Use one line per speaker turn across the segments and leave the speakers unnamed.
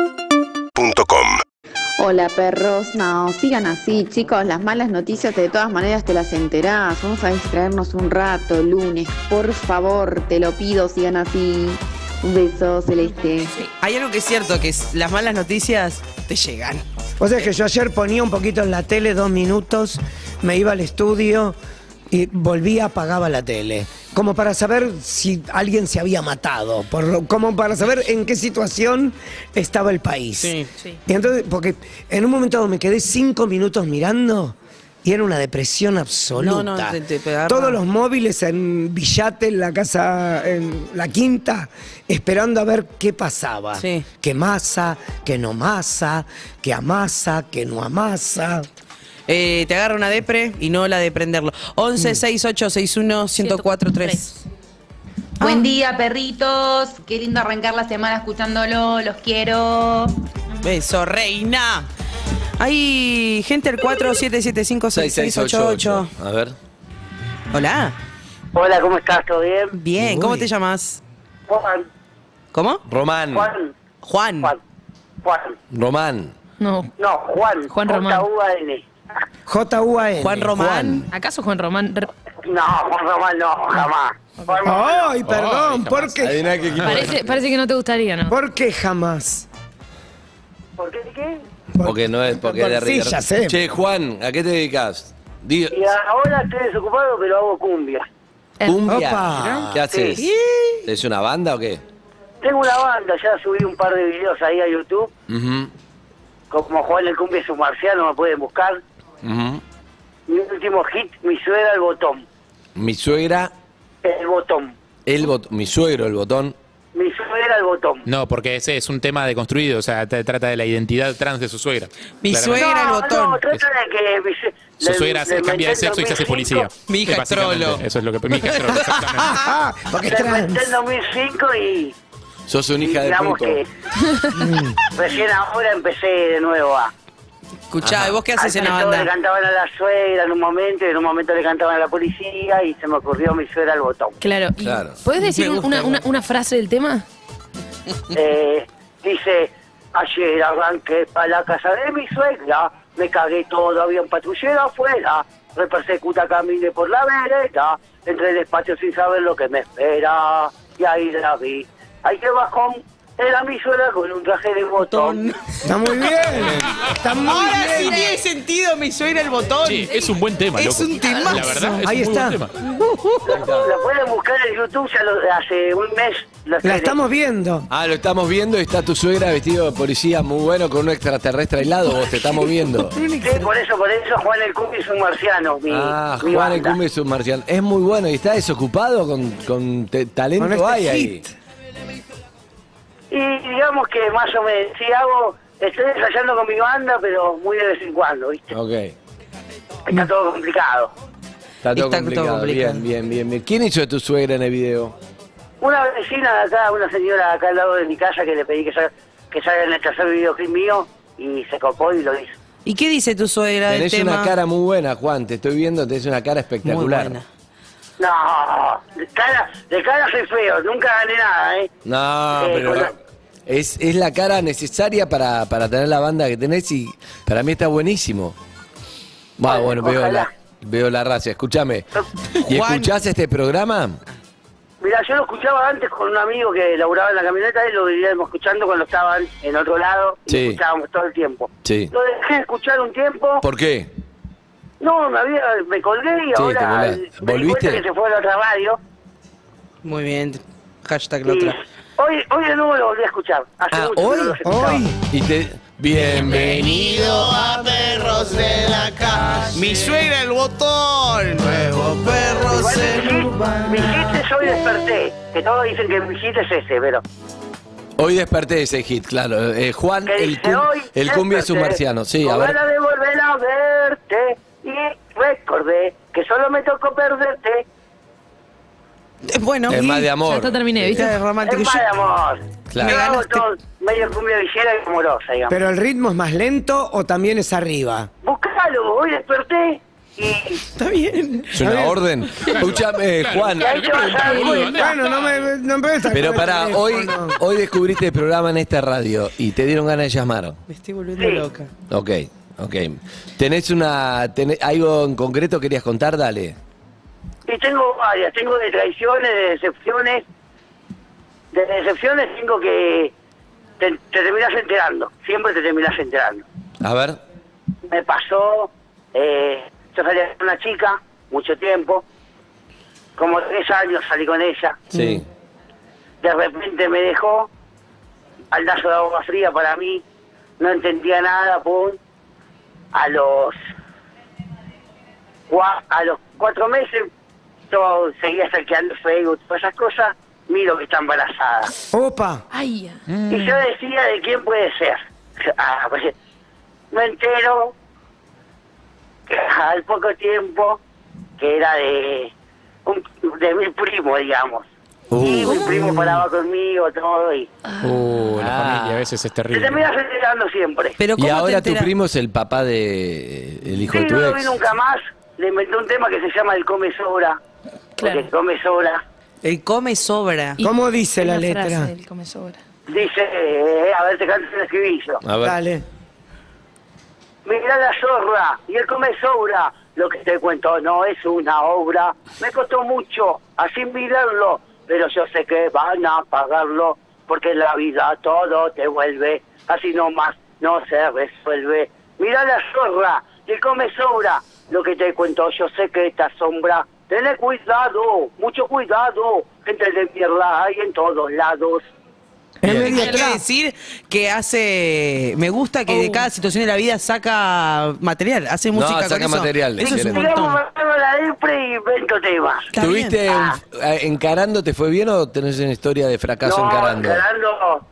UrbanaPlayFM.com
Hola perros, no, sigan así chicos, las malas noticias de todas maneras te las enterás, vamos a distraernos un rato, lunes, por favor, te lo pido, sigan así. Un beso celeste.
Hay algo que es cierto, que es- las malas noticias te llegan.
O sea que yo ayer ponía un poquito en la tele, dos minutos, me iba al estudio y volvía, apagaba la tele. Como para saber si alguien se había matado, por lo- como para saber en qué situación estaba el país.
Sí.
Y entonces, porque en un momento dado me quedé cinco minutos mirando y era una depresión absoluta.
No, no, te- te pegaba.
Todos los móviles en Villate, en la casa, en la quinta, esperando a ver qué pasaba.
Sí.
Que masa, que no masa, que amasa, que no amasa.
Eh, te agarra una depre y no la de prenderlo.
Mm.
11 68 61 1043.
Buen día, perritos. Qué lindo arrancar la semana escuchándolo. Los quiero.
Beso, reina. Hay gente al 47756688.
A ver.
Hola.
Hola, ¿cómo estás? ¿Todo bien?
Bien, ¿cómo
Uy.
te llamas?
Juan,
¿Cómo?
Román.
Juan,
Juan.
Juan, Juan.
Román.
No.
No, Juan.
Juan Román.
J-U-A-N.
J.U.A.N.
Eh,
Juan Román.
¿Acaso Juan Román? Re-
No, Juan Román no, jamás. Juan Román.
Ay, perdón, ¿por qué?
Adiviná qué equipo.
Parece, parece que no te gustaría, ¿no?
¿Por qué jamás?
¿Por qué? ¿Qué?
Porque no es, porque es de
Sí,
River.
ya sé.
Che, Juan, ¿a qué te dedicas? Di-
Y ahora estoy desocupado, pero hago cumbia.
Eh,
cumbia.
Opa.
¿Qué haces? ¿Es una banda o qué?
Tengo una banda, ya subí un par de videos ahí a YouTube.
Ujú,
Como Juan el Cumbia es un marciano, me pueden buscar.
ujú.
Mi último hit, mi suegra, el botón.
Mi suegra,
El botón.
el bot- mi suegro, el botón.
Mi suegra, el botón.
No, porque ese es un tema deconstruido, o sea, te- trata de la identidad trans de su suegra.
Mi
Claramente.
suegra- Era el botón.
No, trata de que... mi sue-
Su
de-
suegra se
de
cambia de
meter
sexo y se hace
2005,
policía.
Mi hija
Eh, básicamente,
trolo.
Eso es lo que... Mi hija trolo, exactamente.
Ah, porque es
La inventé en
trans.
2005 y...
Sos una hija de
digamos
puto.
que recién ahora empecé de nuevo a
Escuchá, ¿y vos qué
Antes
haces en la
todo le
banda?
cantaban a la suegra en un momento y en un momento le cantaban a la policía y se me ocurrió mi suegra al botón
Claro. y-
Claro.
¿Puedes decir
Me gusta
una,
igual.
una- una frase del tema?
Eh, dice ayer arranqué para la casa de mi suegra me cagué todo había un patrullero afuera me persecuta caminé por la vereda entré despacio sin saber lo que me espera y ahí la vi ahí que bajón era mi suegra con un traje de botón.
Está muy bien. Está muy
Ahora sí
bien.
tiene sentido mi suegra el botón.
Che, es un buen tema,
Es
loco.
un temazo.
La verdad, es
Ahí
un muy
está.
buen tema.
Lo pueden buscar en YouTube ya lo- hace un mes. lo
La
tienen.
estamos viendo.
Ah, lo estamos viendo y está tu suegra vestido de policía muy bueno con un extraterrestre al lado. Vos te estamos viendo.
Sí, por eso, por eso Juan el Cumbi es un marciano. Mi,
Ah,
mi
Juan el
banda.
Cumbia es un marciano. Es muy bueno y está desocupado con, con te- talento
Con este
hay ahí.
hit.
Y digamos que más o menos, sí hago, estoy ensayando con mi banda, pero muy de vez en cuando, ¿viste?
Ok.
Está todo complicado.
Está todo
Está todo
complicado.
complicado.
Bien, bien, bien, bien. ¿Quién hizo de tu suegra en el video?
Una vecina de acá, una señora de acá al lado de mi casa que le pedí que salga, que salga en el tercer videoclip mío y se copó y lo hizo.
¿Y qué dice tu suegra del
Tenés
tema?
una cara muy buena, Juan. Te estoy viendo, tenés una cara
muy
espectacular.
buena.
No, de cara, de cara soy feo, nunca gané nada, ¿eh?
No,
Eh,
pero
con
la-
la-
es, es la cara necesaria para, para tener la banda que tenés y para mí está buenísimo. Va,
Ojalá.
bueno, veo la, veo la raza. Escúchame. ¿Y
Juan.
escuchás este programa?
Mira, yo lo escuchaba antes con un amigo que laburaba en la camioneta y lo vivíamos escuchando cuando estaban en otro lado y
Sí.
lo escuchábamos todo el tiempo.
Sí.
Lo dejé de escuchar un tiempo.
¿Por qué?
No, me, había, me colgué y
te
ahora
colgaste.
el- me di
¿Volviste?
cuenta que se fue a la otra radio.
Muy bien. Hashtag la
Y
otra.
hoy, hoy de nuevo lo volví a escuchar. Hace
Ah,
mucho que
hoy,
no los escuchaba.
hoy. Y te... Bienvenido.
Mi suegra el botón. Nuevo perro
Igual mi hit- mi hit es hoy desperté. Que todos dicen que mi hit es ese, pero...
Hoy desperté ese hit, claro. Eh, Juan,
Que
el,
dice
cum-
hoy
el cumbia es un
desperté,
marciano. Sí,
con
a ver.
ganas de volver a verte y recordé que solo me tocó perderte.
Bueno,
Es más
y-
de
Ya
amor.
está terminé, ¿viste?
Ya es romántico.
Es más de amor.
Claro.
Yo
Me
hago
ganaste.
todo medio cumbia villera y amorosa, digamos.
Pero el ritmo es más lento o también es arriba.
Buscalo, hoy desperté y y
Está bien.
Es una orden. Escúchame,
claro.
Juan.
Claro, ¿qué pregunta, boludo? Andá.
Bueno, no me, no me ves
Pero pará,
el
hoy,
teléfono.
hoy descubriste el programa en esta radio y te dieron ganas de llamar.
Me estoy volviendo
Sí.
loca.
Ok, ok. ¿Tenés una, tenés- algo en concreto que querías contar? Dale.
Y tengo varias, tengo de traiciones, de decepciones. De decepciones tengo que te, te terminas enterando, siempre te terminas enterando.
A ver.
Me pasó, eh, yo salí con una chica mucho tiempo, como tres años salí con ella,
Mm.
Sí.
de repente me dejó, al dazo de agua fría para mí, no entendía nada, pum, a los cua- a los cuatro meses yo seguía saqueando Facebook, todas esas cosas, miro que está embarazada.
Opa.
Ay, ya.
Y yo
Mm.
decía de quién puede ser. Ah, pues, me entero que al poco tiempo que era de un- de mi primo, digamos.
Uh.
y mi primo paraba conmigo, todo, y
Uh, la
Ah.
familia a veces es
te
terrible.
terminas enterando siempre.
Pero
Y
¿cómo te
ahora tu
enteras?
primo es el papá de el hijo
Sí,
de tu
no lo vi
ex.
nunca más. Le inventé un tema que se llama el come sobra.
Claro.
Porque come sobra.
El come sobra.
Y
¿Cómo dice la
una
letra?
frase, el come sobra.
Dice, eh, a ver, te canto el escribillo.
A ver.
Dale.
Mirá la zorra y el come sobra. Lo que te cuento no es una obra. Me costó mucho asimilarlo, pero yo sé que van a pagarlo. Porque en la vida todo te vuelve. Así nomás no se resuelve. Mirá la zorra y el come sobra. Lo que te cuento yo sé que te asombra. Tené cuidado, mucho cuidado. Gente de mierda hay en todos lados.
Es
Bien.
medio
Quiere
trap.
decir que hace. Me gusta que
Oh.
de cada situación de la vida saca material, hace música. con
saca
eso.
material,
Eso es un
excelente.
Sigamos
montón.
bajando la depre y invento temas.
Está
¿Tuviste
bien.
un- eh, encarando te fue bien o tenés una historia de fracaso
no,
encarando?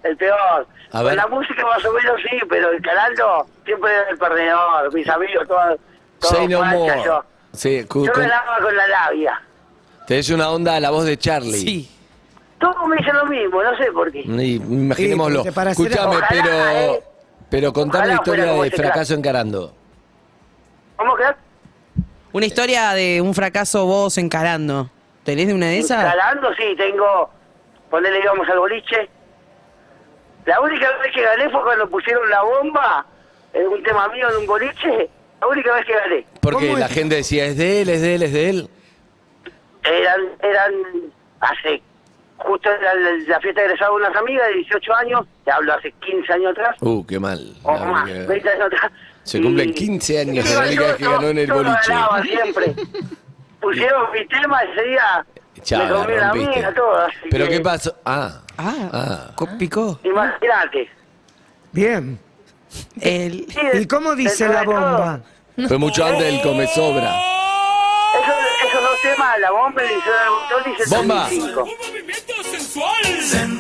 el peor.
A
Con
ver.
la música más o menos sí, pero encarando siempre era el perdedor. Mis amigos, todos. todos
Say no
facha,
more.
Yo,
Sí, cu-
yo
con-
relaba con la labia.
tenés una onda a la voz de Charlie.
Sí.
Todos me dicen lo mismo, no sé por qué.
Y imaginémoslo.
Sí, para hacer-
Escúchame,
Ojalá,
pero
eh.
pero contame
Ojalá
la historia
fuera como
de
ese
fracaso encarando.
¿Cómo que?
Una historia de un fracaso vos encarando. ¿Tenés de una de esas?
Calando, sí, tengo. Ponele, íbamos al boliche. La única vez que gané fue cuando pusieron la bomba en un tema mío en un boliche. La única vez que gané.
Porque
¿Cómo
la
es?
gente decía, es de él, es de él, es de él.
eran, eran hace, justo era la, la fiesta de egresado de unas amigas de 18 años, te hablo hace 15 años atrás,
Uh, qué mal.
o
La
más,
única-
20 años atrás.
Se
Y-
cumplen 15 años de la
yo-
única vez que
yo-
ganó en el
yo
boliche.
ganaba siempre. Pusieron mi tema ese día,
Chao,
me
la
comí la
rompiste.
mía, todo. así
Pero
que,
qué pasó? Ah.
Ah,
Ah.
co- picó.
Imagínate.
Bien.
El,
Sí,
¿Y cómo dice
dentro
la
de todo,
bomba?
Fue mucho antes del come sobra.
Esos, esos dos temas, la bomba y el botón, dice el
Bomba.
2005.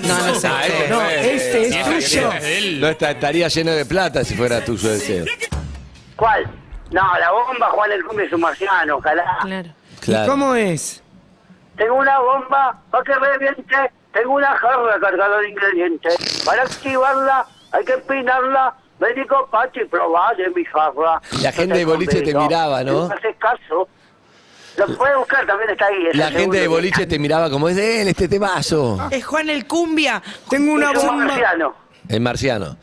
no, no sé.
Ah, eh,
No,
eh,
este es
eh,
tuyo.
eh, eh, No está- estaría lleno de plata si fuera tuyo ese.
¿Cuál? No, la bomba, Juan el Cumbre es un marciano, ojalá.
Claro.
¿Y
Claro.
cómo es?
Tengo una bomba para que reviente. Tengo una jarra cargada de ingredientes. Para activarla hay que empinarla. Médico Pachi, probá de mi jarra.
La gente de boliche te miraba, ¿no?
No haces caso. Lo puedes buscar, también está ahí. es
La
el
gente de
segundo.
boliche te miraba como es de él, este temazo.
Ah.
Es Juan el Cumbia.
Tengo una
Es un
bomba.
marciano.
El marciano.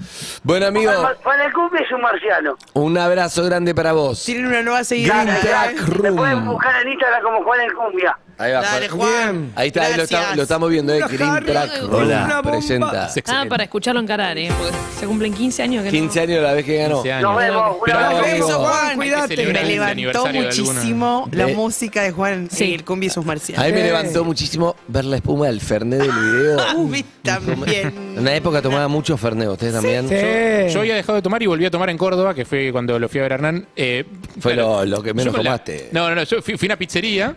Bueno, amigo,
Juan- Juan el Cumbre es un marciano.
un abrazo grande para vos.
Tienen una nueva seguidora.
Green Tag
Me pueden
Room.
buscar en Instagram como Juan el Cumbia.
Ahí va,
Dale,
Juan.
Juan.
Ahí está, ahí lo,
Gracias.
estamos- lo estamos viendo, eh.
Una
Green
jarra
Track
de
Room
una bomba.
presenta.
Es
Ah,
excelente.
para escucharlo encarar, ¿eh? Porque se cumplen 15 años que no-
15 años la vez que ganó.
15 años.
Nos vemos. Un
Pero
abrazo.
vamos.
Beso,
Hay
Juan,
que
cuídate.
celebrar.
Me
el
levantó
aniversario de alguna.
muchísimo la
Eh.
música de Juan
Sí.
el Cumbia y sus
A mí
marcianos.
me
Sí. Uh,
levantó muchísimo ver la espuma del Fernet del video.
Uy, también.
En una época tomaba mucho Fernet, ¿ustedes también?
Sí.
Yo había dejado de tomar y volví a tomar en Córdoba, que fue cuando lo fui a ver a Hernán. Eh,
Fue
claro,
lo- lo que menos
yo me la-
tomaste.
no, no, no, yo fui, fui a una pizzería.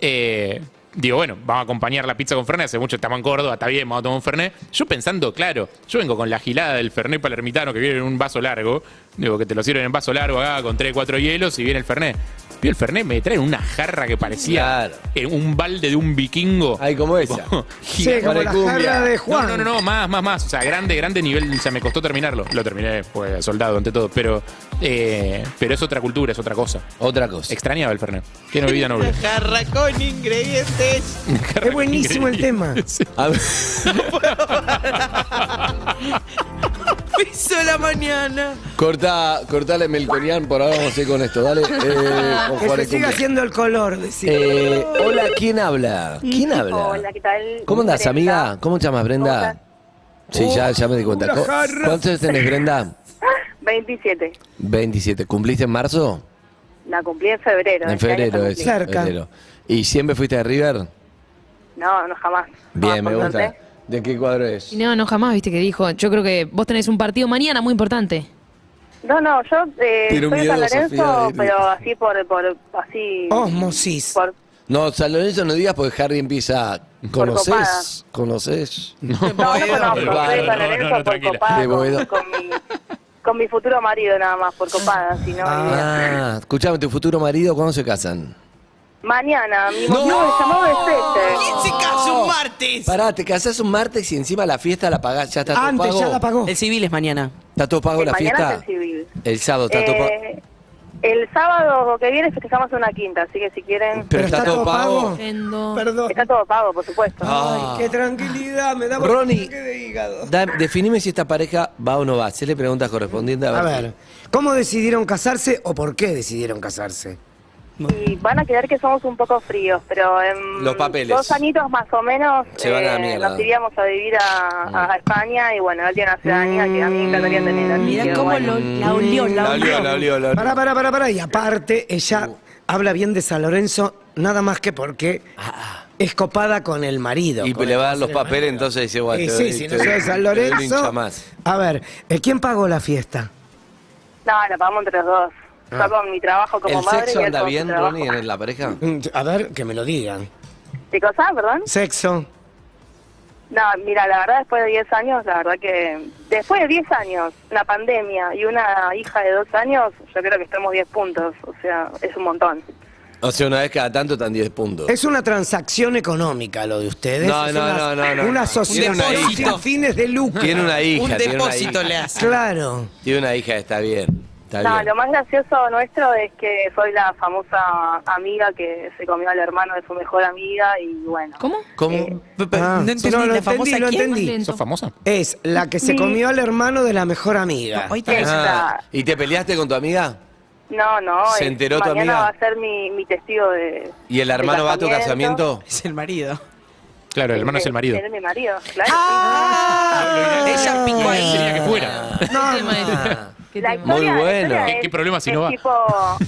eh, digo, bueno, vamos a acompañar la pizza con Fernet. Hace mucho estamos en Córdoba, está bien, vamos a tomar un Fernet. Yo pensando, claro, yo vengo con la gilada del Fernet palermitano que viene en un vaso largo. Digo, que te lo sirven en vaso largo acá con 3, 4 hielos y viene el Fernet. Vio el Fernet, me traen una jarra que parecía
Claro.
eh, un balde de un vikingo.
Ay, como esa.
Sí,
Gigante.
como la
Maricumbia.
jarra de
No,
Juan.
no, no, no, más, más, más. O sea, grande, grande nivel. O sea, me costó terminarlo. Lo terminé, pues, soldado ante todo. Pero, eh, pero es otra cultura, es otra cosa.
Otra cosa.
Extrañaba el Fernet. Qué no vida noble.
Jarra con ingredientes.
Es buenísimo el tema.
A ver,
Hizo la mañana.
corta, cortale Melconian, por ahora vamos a ir con esto, dale. Eh, con
Que
Juárez
se siga
Cumbia.
haciendo el color, decía.
Eh, hola, ¿quién habla? ¿Quién habla?
Hola, ¿qué tal?
¿Cómo andás,
Brenda.
amiga? ¿Cómo te llamas, Brenda? Sí, ya, ya me di cuenta.
Oh, una
¿Cu-
jarra.
¿Cuántos años tenés, Brenda?
27.
27. ¿Cumpliste en marzo?
La cumplí en febrero.
En
este año
febrero,
la
es.
cumplí.
Cerca.
febrero. ¿Y siempre fuiste de River?
No, no jamás.
Bien,
Jamás,
me
por
gusta.
suerte.
¿De qué cuadro es?
Y No, no, jamás, viste que dijo. Yo creo que vos tenés un partido mañana muy importante.
No, no, yo eh,
Tiene un
soy de San
miedo,
Lorenzo,
Sofía, de-
pero así por, por así
Osmosis.
por
No, San Lorenzo no digas porque Harry empieza.
copada.
¿Conoces? ¿Conoces?
no, no conozco, soy de
no,
San
no,
Lorenzo
no,
por
tranquila.
copada
De
con,
Boedo.
con mi, con mi futuro marido nada más por copada, si no ni idea.
Ah, escúchame, tu futuro marido, ¿cuándo se
eh,
casan?
mañana mi
No.
motivo de llamado es este.
¿Quién se casa un martes?
Pará, te casás un martes y encima la fiesta la pagás. Ya está todo
Antes
pago.
ya la pagó.
El civil es mañana.
¿Está todo pago
Sí,
la
mañana
fiesta?
es el civil.
El sábado está todo pago.
Eh, el sábado que viene festejamos una quinta, así que si quieren
Pero está todo pago. Eh,
Yendo.
Perdón.
está todo pago, por supuesto.
Ah.
Qué tranquilidad, me da
Ronnie.
un ataque de hígado.
Da- definime si esta pareja va o no va. le preguntas correspondientes.
A ver, ¿cómo decidieron casarse o por qué decidieron casarse?
Y van a quedar que somos un poco fríos, pero en
Los papeles.
dos añitos más o menos eh,
Se van a la mierda.
nos iríamos a vivir a, a España y bueno, él tiene una ciudadanía que a mí me
Mm.
encantaría tener. así que,
Mirá cómo
bueno.
lo, la olió, la
La
olió.
olió, la olió, la olió.
Pará, pará, pará, pará. Y aparte, ella habla bien de San Lorenzo, nada más que porque
Ah,
es copada con el marido.
Y
con
le
el-
va a dar los papeles, entonces dice, bueno,
Y
te
sí,
doy-
si
te
no
doy-
soy de San
te doy un hincha
Lorenzo.
más.
A ver, eh, ¿quién pagó la fiesta?
No, la pagamos entre los dos. Yo con mi trabajo como
Ah. ¿El
madre
sexo
y él
anda
con su
bien,
trabajo.
Ronnie, en la pareja?
Mm, A ver, que me lo digan.
¿Qué cosa, perdón?
Sexo.
No, mira, la verdad después de 10 años, la verdad que después de 10 años, una pandemia y una hija de 2 años, yo creo que estamos 10 puntos, o sea, es un montón.
O sea, una vez cada tanto están 10 puntos.
Es una transacción económica lo de ustedes.
No,
es
no,
una,
no, no, no.
Una
Tiene
asociación
una hija.
sin fines de lucro.
Tiene una hija.
Un
tiene una
depósito
hija.
le hace.
Claro.
Tiene una hija, está bien. Está
No,
Ah, bien.
lo más gracioso nuestro es que soy la famosa amiga que se comió al hermano de su mejor amiga y bueno.
¿Cómo?
¿Cómo?
no
Ah,
entendí,
lo
¿la
entendí,
famosa
lo
quién? Mm.
entendí.
¿Sos famosa?
Es la que se comió al hermano de la mejor amiga.
Hoy te-
Ah,
Esta-
¿Y te peleaste con tu amiga?
No, no.
¿Se
es-
enteró tu
mañana
amiga?
va a ser mi, mi testigo de.
¿Y el
de
hermano va a tu casamiento?
Es el marido.
Claro, el hermano es el marido.
Él es mi marido, claro.
Ah,
Ella picó
Él
ahí.
Sería que fuera.
¿Qué tema es? ¿Qué
La
tema?
Muy
historia- la
bueno.
historia
¿Qué-
es-
qué problema si
es
no va?
tipo,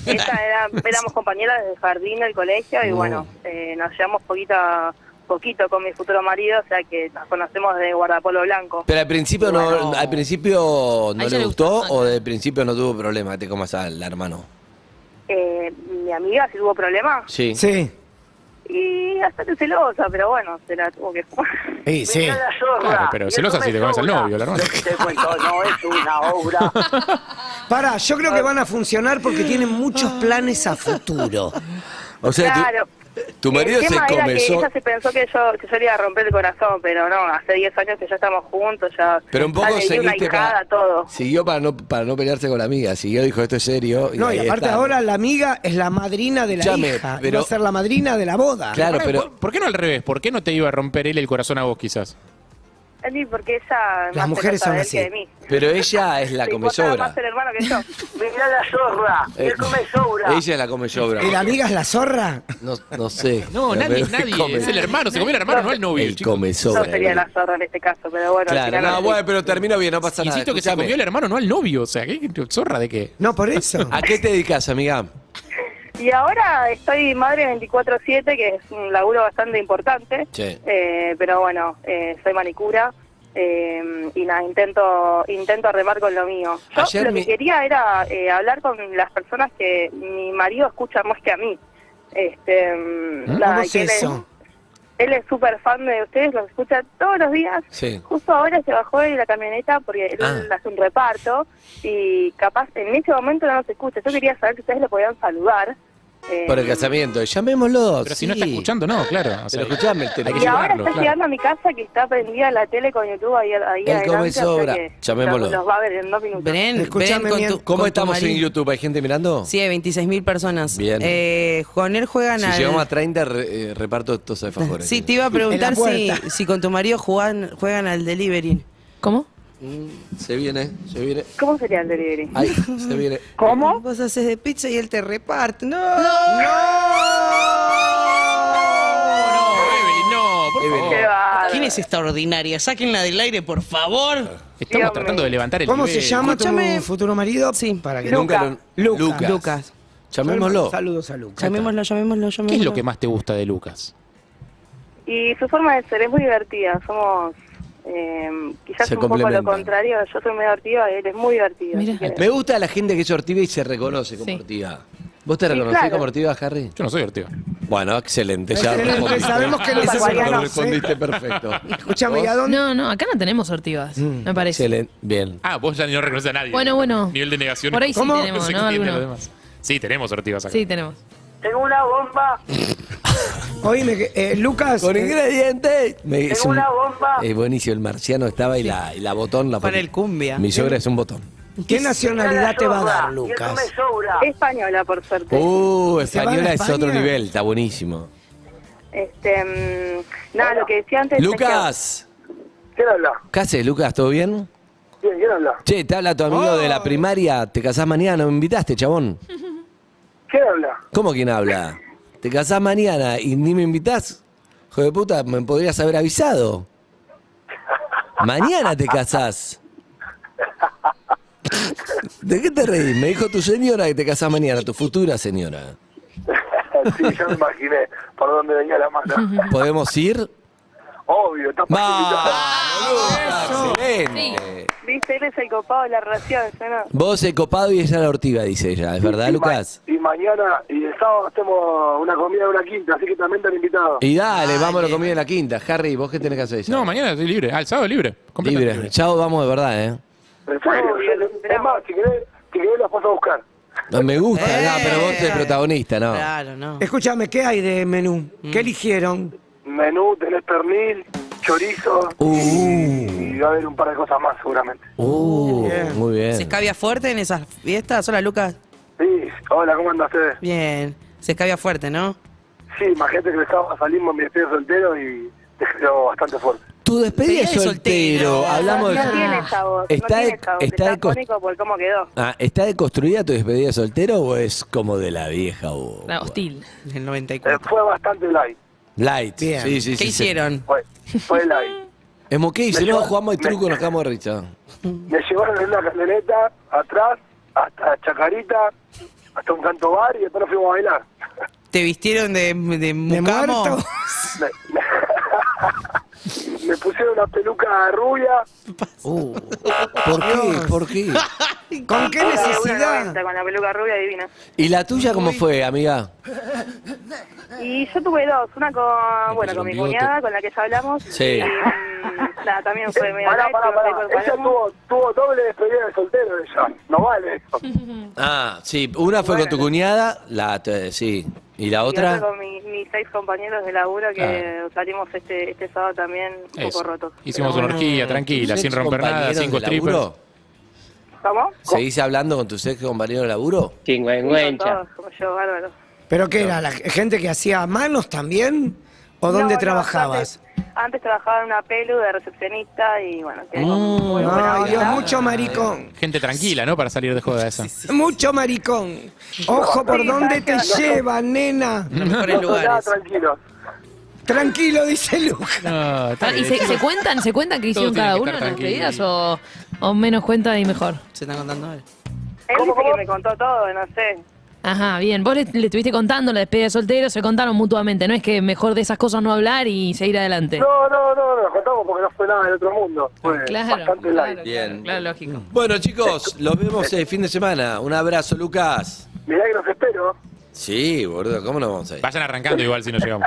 esta era- éramos compañeras del jardín, del colegio, y bueno, eh, nos llevamos poquito, poquito con mi futuro marido, o sea que nos conocemos de guardapolo blanco.
Pero al principio no, al principio no
A ella
le
le
gustó,
gustó.
o de principio no tuvo problema, te comas al hermano.
Eh, mi amiga si tuvo problemas
Sí.
Sí.
y bastante celosa, pero bueno, se la tuvo que jugar.
Y sí.
Mirá la zorra,
Claro, pero
y eso
celosa
no
si
es
te comes al
obra.
novio, la hermana.
Te cuento, no es una obra.
Pará, yo creo que van a funcionar porque tienen muchos planes a futuro.
O sea, tu-
Claro.
tu marido
el
se
tema era que
comenzó.
ella se pensó que yo, que yo le iba a romper el corazón, pero no, hace 10 años que ya estamos juntos, ya,
Pero un poco
ya le di una
seguiste
hijada,
para,
todo.
siguió para no para no pelearse con la amiga, siguió dijo esto es serio.
No, y
ahí
aparte
está.
ahora la amiga es la madrina de la
Escuchame,
hija. y
pero-
Va a ser la madrina de la boda.
Claro,
Pará,
pero
¿por, por qué no al revés? ¿Por qué no te iba a romper él el corazón a vos, quizás?
Sí, porque ella
Las
es más
mujeres
celosa
son
de él
así.
que de mí.
pero ella es la
Se importaba
comesobra.
más el hermano que yo.
Mirá la zorra,
Eh,
él come sobra.
Ella es la comesobra.
¿Y la amiga es la zorra?
No, no sé.
No, nadie,
pero-
nadie.
come-
Es el hermano, se comió el hermano, no el novio.
El
chico.
Yo
comesobra.
sería la zorra en este caso, pero bueno. al
eh, Claro,
final
no,
así.
bueno, pero termino bien, no pasa nada.
Insisto que se
Escuchame.
comió el hermano, no al novio. O sea, ¿qué qué zorra de qué?
No, por eso.
¿A qué te dedicas, amiga?
Y ahora estoy madre 24-7, que es un laburo bastante importante.
Sí.
Eh, pero bueno, eh, soy manicura. eh, y nada, intento intento remar con lo mío. Yo
Ayer
lo
me-
que quería era eh, hablar con las personas que mi marido escucha más que a mí. Este,
¿Mm?
¿Cómo
nada,
es
que él
eso?
Él es súper fan de ustedes, los escucha todos los días.
Sí.
Justo ahora se bajó de la camioneta porque él
Ah.
hace un reparto y capaz en ese momento no nos escucha. Yo quería saber si ustedes lo podían saludar Eh,
Por el casamiento. Llamémoslo.
Pero si no está
sí.
escuchando, no, claro. o sea,
Pero escuchame el teléfono.
y ahora está llegando a mi casa que está prendida la tele con YouTube ahí, ahí
Él come
adelante, o
sobra.
sea que
Llamémoslo.
Los, los va a ver en dos minutos.
Ven,
Escuchame,
ven con
Mien,
tu,
¿Cómo
con tu
estamos en
marido.
YouTube? ¿Hay gente mirando?
Sí, 26 mil personas.
Bien.
Eh, con él juegan
Si
al-
llegamos a 30, re- eh, reparto todos de favores.
Sí, te iba a preguntar si,
puerta.
si con tu marido juegan, juegan al delivery.
¿Cómo?
Mm, Se viene, se viene.
¿Cómo sería el delivery?
Ay, se viene.
¿Cómo?
Vos haces de pizza y él te reparte. ¡No!
No, Evelyn, no, por
Evelyn.
Qué
favor.
bárbaro.
¿Quién es esta ordinaria? Sáquenla del aire, por favor.
Estamos
Dios
tratando
mío.
de levantar el
¿Cómo se
nivel.
llama
Escúchame.
tu futuro marido?
Sí.
Para que
Nunca lo-
Lucas.
Lucas.
Lucas.
Llamémoslo.
Saludos a Lucas.
Llamémoslo, llamémoslo, llamémoslo.
¿Qué es lo que más te gusta de Lucas?
Y su forma de ser es muy divertida. Somos eh, quizás
Se
un poco lo
complementan.
contrario. Yo soy muy divertida y él es muy divertido.
Mira.
así que-
Me gusta la gente que es ortiva y se reconoce como
Sí.
ortiva. ¿Vos te
Sí,
reconocés
claro.
como ortiva, Harry?
Yo no soy divertido.
Bueno, excelente. Ya
Excelente,
respondiste.
sabemos que los
Eso se lo
acuarianos,
respondiste perfecto.
Escúchame, ¿y a dónde?
No, no, acá no tenemos sortivas, me parece.
Mm, Excelente. Bien.
Ah, vos ya no reconoces a nadie.
Bueno, bueno.
Nivel de negación.
Por ahí sí
No
tenemos,
sé
¿no?
qué tienen
Alguno.
los demás. Sí, tenemos sortivas acá.
Sí, tenemos.
Tengo una bomba,
Oíme, que, eh, Lucas.
Con
eh,
ingredientes. Me-
tengo una bomba.
Es buenísimo, el marciano estaba y, la, y la botón la
Para
pone-
el cumbia.
Mi sogra es un botón.
¿Qué nacionalidad te va a dar,
Y eso
Lucas?
me sobra.
Española, por suerte.
Uh,
¿Se van a
española es
España?
otro nivel, está buenísimo.
Este, mm, nada, lo que decía antes. es que-
Lucas,
¿Quién habla?
¿qué haces, Lucas? ¿Todo bien?
¿Quién, quién habla? Oh.
Che, te habla tu amigo de la primaria, te casás mañana, no me invitaste, chabón.
¿Quién habla?
¿Cómo quién habla? ¿Te casás mañana y ni me invitás? Hijo de puta, me podrías haber avisado. Mañana te casás. ¿De qué te reís? Me dijo tu señora que te casás mañana, tu futura señora.
sí, yo me imaginé por dónde venía la mano.
¿Podemos ir?
Obvio, está
¡Vamos! ¡Excelente!
Viste, él es el copado de la relación, yo no.
Vos el copado y ella la ortiga, dice ella. ¿Es verdad,
y ma-
Lucas?
Y mañana y el sábado hacemos una comida de una quinta, así que también te han invitado.
Y dale, vamos a la comida en la quinta. Harry, ¿vos qué tenés que hacer? ya?
No, mañana estoy libre. Ah, el sábado libre. Completamente
Libre. Chao, vamos de verdad, ¿eh?
En serio,
Obvio,
yo-
lo
es
esperamos.
más, si querés, si querés los paso a buscar.
No, me gusta,
Eh.
no, pero vos sos el protagonista, ¿no?
Claro, no.
Escúchame, ¿qué hay de menú? ¿Qué eligieron?
Menú, tenés pernil, chorizo
Uh,
y va a haber un par de cosas más seguramente.
uh, muy
¿Se
bien.
escabia fuerte en esas fiestas? Hola, Lucas.
Sí, hola, ¿cómo andan ustedes?
Bien. Se escabia fuerte, ¿no?
Sí, imagínate que el sábado salimos mi despedida de soltero y te quedó bastante fuerte. Eh,
Tu despedida
Despedida
es
de soltero.
soltero. Hablamos
No
de.
tiene sabor,
Está
no
de-
tiene sabor.
está
Está
de cost-
icónico por cómo quedó.
Ah, ¿Está deconstruida tu despedida de soltero o es como de la vieja o
La hostil.
En el
Eh,
94.
fue bastante light,
Light.
Bien.
Sí, sí,
¿Qué
sí, sí.
hicieron?
fue, fue light.
Es mo- ¿qué hice?
Me
No,
llevó-
jugamos el
me-
truco, nos quedamos de risa.
Me llevaron en una camioneta atrás hasta Chacarita, hasta un canto bar y después nos fuimos a bailar.
¿Te vistieron de, de mucamo?
muerto?
Me, me pusieron una peluca rubia,
Uh, ¿Por qué? ¿Por qué?
¿Con qué
Ahora,
necesidad?
1,90 Con la peluca rubia divina.
¿Y la tuya cómo fue, amiga?
Y yo tuve dos, una con, bueno,
pusieron
con mi
bigote.
cuñada, con la que ya hablamos.
Sí.
Y, mm, nada, también fue medio
Pará,
light,
pará,
pero
pará.
fue por
Ella
Palermo.
tuvo, tuvo doble despedida de soltero, ella. No vale eso.
Ah, sí, una fue con tu cuñada, la te- sí. ¿Y la
Y otra
otra?
con mi- mis seis compañeros de laburo que salimos este, este sábado también un
Eso.
poco rotos.
Hicimos
Pero
una
bueno,
orgía tranquila,
¿tus
sin romper nada,
excompañeros
cinco
de laburo?
strippers.
¿Cómo?
¿Seguís hablando con tus ex compañeros de laburo?
Con todos, como yo, bárbaro.
¿Pero qué era? ¿La gente que hacía manos también? ¿O dónde
No, no,
trabajabas?
antes, antes trabajaba en una pelu de recepcionista y bueno, quedé con muy buena
Mm. Ay, Dios,
onda.
mucho maricón.
Gente tranquila, ¿no? Para salir de joda esa.
Mucho maricón. Ojo por
Sí,
dónde
sabes
te
que no.
lleva, nena.
En los mejores
Nada,
lugares.
tranquilo.
Tranquilo, dice Lucas.
No, está
Ah, ¿Y
bien.
se, se cuentan, se cuentan que hicieron
tienen
cada
que
uno en
estar
las
tranquilos.
bebidas o, o menos cuenta y mejor?
¿Se están contando ahora?
Él dice que me contó todo, no sé.
Ajá, bien. Vos le, le estuviste contando la despedida de soltero, se contaron mutuamente. No es que mejor de esas cosas no hablar y seguir adelante.
No, no, no, no, nos contamos porque no fue nada del otro mundo. Fue
Claro,
bastante
claro,
light.
Bien.
claro, claro, lógico.
Bueno, chicos, los vemos el fin de semana. Un abrazo, Lucas.
Mirá que los espero.
Sí, boludo, ¿cómo no vamos a ir?
Vayan arrancando igual si no llegamos.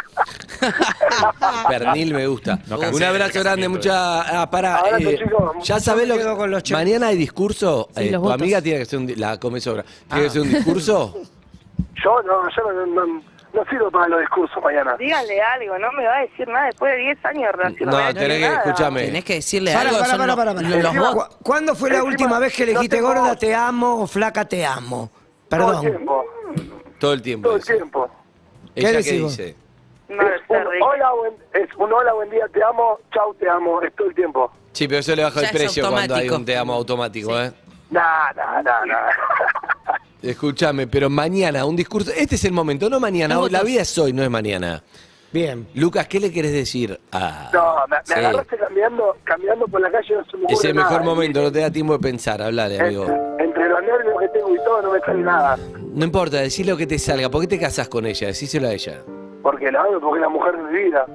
Pernil me gusta.
No
Un
cancelen el
abrazo
casamiento,
grande, mucha. Ah, pará.
Abrazo, chicos.
ya sabés
Yo
lo
me quedo con los
que.
chicos.
Mañana hay discurso.
Sí,
eh,
los
tu
votos.
amiga tiene que hacer un. di- La come sobra. Tiene que hacer un discurso.
Yo no, yo no, no- no sirvo para los discursos mañana.
Díganle algo, no me va a decir nada después de 10 años de relación.
No,
me va a decir
tenés que,
nada.
escúchame.
Tenés que decirle
Pará,
algo.
pará,
son
pará,
los-
pará, pará.
los
Encima,
votos.
¿cu- ¿Cuándo fue la
Encima,
última vez que le
no
dijiste
tengo-
gorda te amo o flaca te amo?
Todo el
Perdón.
tiempo,
Todo el tiempo.
todo el
dice.
tiempo.
¿Ella
¿Qué
qué
decís vos?
dice?
No,
es, un
Ricky.
hola, buen, es un hola, buen día, te amo, chau, te amo, es todo el tiempo.
Sí, pero yo le bajo
Ya
el
es
precio cuando hay
automático.
un te amo automático, ¿eh?
Nah, nah, nah, nah.
Escúchame, pero mañana un discurso. Este es el momento, no mañana.
Los
hoy- La
votos.
vida es hoy, no es mañana.
Bien.
Lucas, ¿qué le querés decir a.?
No, me, me
Sí.
agarraste caminando, caminando por la calle, no se me ocurre
Es el mejor
nada.
momento, no te da tiempo de pensar, hablale, amigo.
Entre, entre los nervios que tengo y todo, no me sale nada.
No importa, decí lo que te salga. ¿Por qué te casas con ella? Decíselo a ella.
Porque la amo, porque es la mujer de mi vida.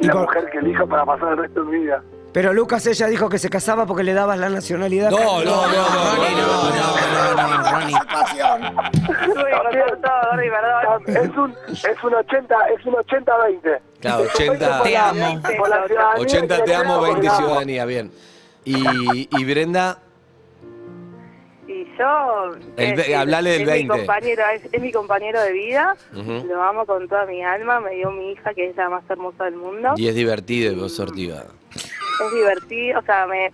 Y
La
por-
mujer que elijo para pasar el resto de mi vida.
Pero Lucas, ella dijo que se casaba porque le dabas la nacionalidad.
No, no, no, no.
Ronnie, no, no, no, no, Ronnie.
Tuve que contar todo, Gordi, perdón.
Es un, es un 80, es un 80-20.
Claro, 80.
Por
Te
la-
amo.
por la ciudadanía
80
que
te amo,
tengo,
20
porque la amo.
ciudadanía, bien. Y, y Brenda,
Y yo.
El ve-
es- es-
hablale del
es
20.
Mi compañero, es, es mi compañero de vida.
Ujú.
Lo amo con toda mi alma. Me dio mi hija, que es la más hermosa del mundo.
y es divertido y vos sortiva.
Es divertido, o sea, me,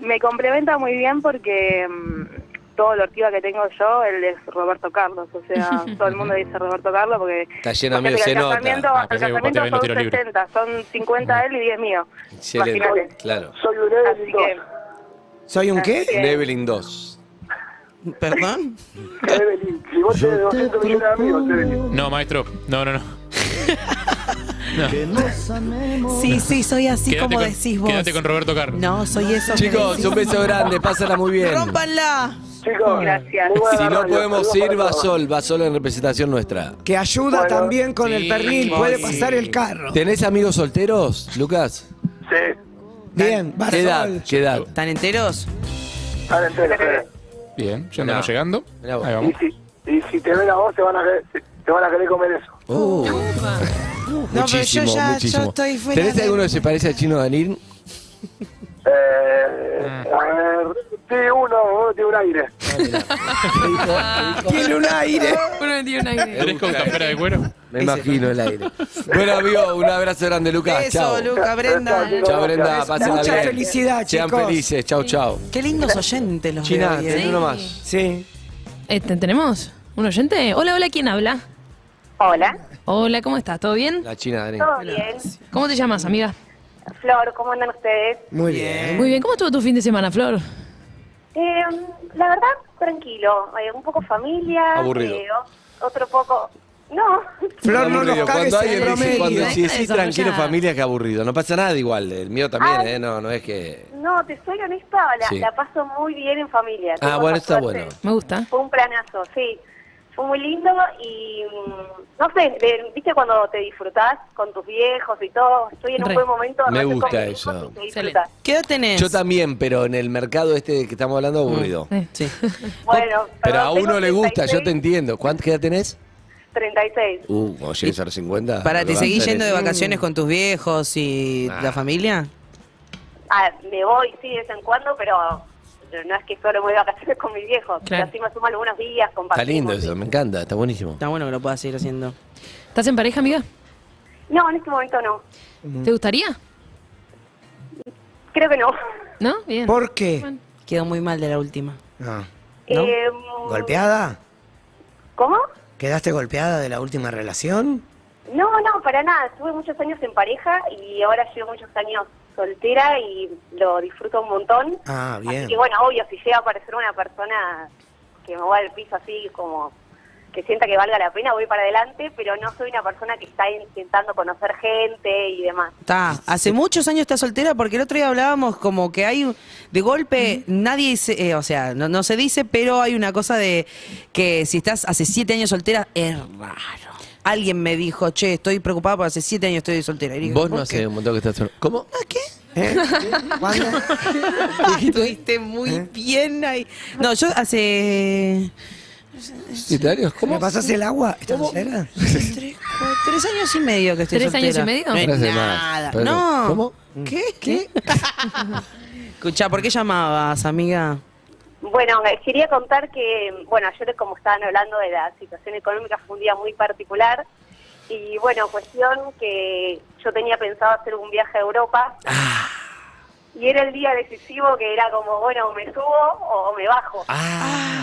me complementa muy bien porque mm, todo lo ortiva que tengo yo, él es Roberto Carlos. O sea, todo el mundo dice Roberto Carlos porque.
Está lleno,
porque
amigo, se
el
nota.
casamiento,
Ah,
el
pensé que vos te
casamiento
habías metido
son
tiro libre.
60, son 50 él y 10 mío.
Excelente,
Imagínate.
claro.
Soy un
Así
Evelyn
que.
¿Soy un qué?
Bien.
Nevelin 2.
¿Perdón?
2. Evelyn, si vos tenés 200 millones de amigos, Evelyn.
No, maestro. No, no, no.
Sí, sí, soy así
Quédate
como
con-
decís vos.
Quédate con Roberto Carlos.
No, soy eso. que
Chicos,
decís.
un beso grande, pásala muy bien.
Rómpanla.
Chicos,
Gracias.
muy buena
Si no
radio,
podemos
saludos
ir,
para
va
todos.
Sol, va Sol en representación nuestra.
Que ayuda
Bueno.
también con el
Sí,
pernil, puede
sí.
pasar el carro.
¿Tenés amigos solteros, Lucas?
Sí,
Bien, va
¿Qué edad?
Sol.
¿Qué edad?
¿Están enteros?
están entre ustedes.
Bien, ya andamos
No.
llegando.
Mirá vos.
Ahí
Y
vamos.
si, y si te ven a vos, te van a querer, te van a querer comer eso.
Uh,
No, pero
muchísimo,
yo ya
muchísimo.
yo estoy fuera.
¿Tenés
de-
alguno que se parece a Chino Danil?
Eh,
Mm.
a ver, sí, uno, uno tiene un aire.
Tiene un aire.
Uno le tiene un aire.
¿Tres con campera de cuero?
Me imagino el aire. Bueno, amigo, un abrazo grande, Lucas. Chao.
Beso, Luca, Brenda.
Chao,
Chao, Brenda. Pásenla
Mucha
bien.
felicidad,
Sean
chicos.
felices. Chao, chao.
Qué lindos oyentes los
China,
veo. hoy,
tenés
¿eh?
uno más.
Sí.
Este, ¿Tenemos un oyente? Hola, hola, ¿quién habla?
Hola,
Hola, ¿cómo estás? ¿Todo bien?
La China Danil.
¿todo bien?
¿Cómo te llamas, amiga?
Flor, ¿cómo andan ustedes?
Muy bien.
Muy bien, ¿cómo estuvo tu fin de semana, Flor?
Eh, la verdad, tranquilo, eh, un poco familia.
Aburrido.
eh, o- otro poco... No,
Flor, no
Aburrido.
nos cagues
Cuando
el
alguien dice, cuando
promedio.
Hay
si
que
decís tranquilo
desarrollar.
familia, que aburrido. No pasa nada igual. El mío también,
Ah.
¿eh? No, no es que...
no, te soy honesta, la,
Sí.
la paso muy bien en familia.
Ah,
Tengo
bueno,
esa
está
suerte.
bueno.
Me gusta.
Fue un planazo, sí. Fue muy lindo y, mm, no sé, de- viste cuando te disfrutás con tus viejos y todo. Estoy en
Re.
un buen momento.
Me
estoy
gusta
con mis hijos
eso.
y te
Excelente.
disfrutás.
¿Qué edad tenés?
Yo también, pero en el mercado este que estamos hablando, aburrido.
Eh,
Ah. Sí.
Bueno,
Pero
perdón,
a
tengo
uno le gusta, yo te
36,
entiendo. ¿Cuánto edad tenés?
36.
Uh, cuando llegues Ah, a los 50.
Para,
te
¿te seguís yendo de vacaciones con tus viejos y
Ah.
la familia?
Ah, me voy, sí, de vez en cuando, pero no es que solo me voy de vacaciones con mis viejos.
Claro.
Así me sumo algunos días,
Está
compartimos.
lindo eso, me encanta, está buenísimo.
Está bueno que lo puedas seguir haciendo.
¿Estás en pareja, amiga?
No, en este momento no.
¿Te gustaría?
Creo que no.
¿No? Bien.
¿Por qué?
Quedó muy mal de la última.
Ah.
¿No?
Eh,
¿Golpeada?
¿Cómo?
¿Quedaste golpeada de la última relación?
No, no, para nada. Estuve muchos años en pareja y ahora llevo muchos años soltera y lo disfruto un montón.
Ah, bien.
Así que bueno, obvio, si llega a aparecer una persona que me va al piso así como que sienta que valga la pena, voy para adelante, pero no soy una persona que está intentando conocer gente y demás.
Está, hace muchos años está soltera porque el otro día hablábamos como que hay, un- de golpe, nadie dice, eh, o sea, no, no se dice, pero hay una cosa de que si estás hace siete años soltera, es raro. Alguien me dijo, che, estoy preocupada porque hace siete años estoy soltera. Y dije,
Vos
"¿Por
no
qué?".
hace un montón que estás solo. ¿Cómo?
¿Eh? ¿Cuándo?
Estuviste muy
¿Eh?
bien ahí. No, yo hace
¿Solitarios?
¿Me
¿Cómo?
pasas el agua? ¿Estás soltera?
tres, cuatro- tres años y medio que estoy
¿Tres años
soltera.
y medio?
No es
Parece más,
nada.
parece-
no.
¿Cómo?
¿Qué? ¿Qué? Escucha, ¿por qué llamabas, amiga?
Bueno, eh, quería contar que, bueno, ayer como estaban hablando de la situación económica fue un día muy particular y bueno, cuestión que yo tenía pensado hacer un viaje a Europa
Ah.
y era el día decisivo que era como, bueno, o me subo o me bajo.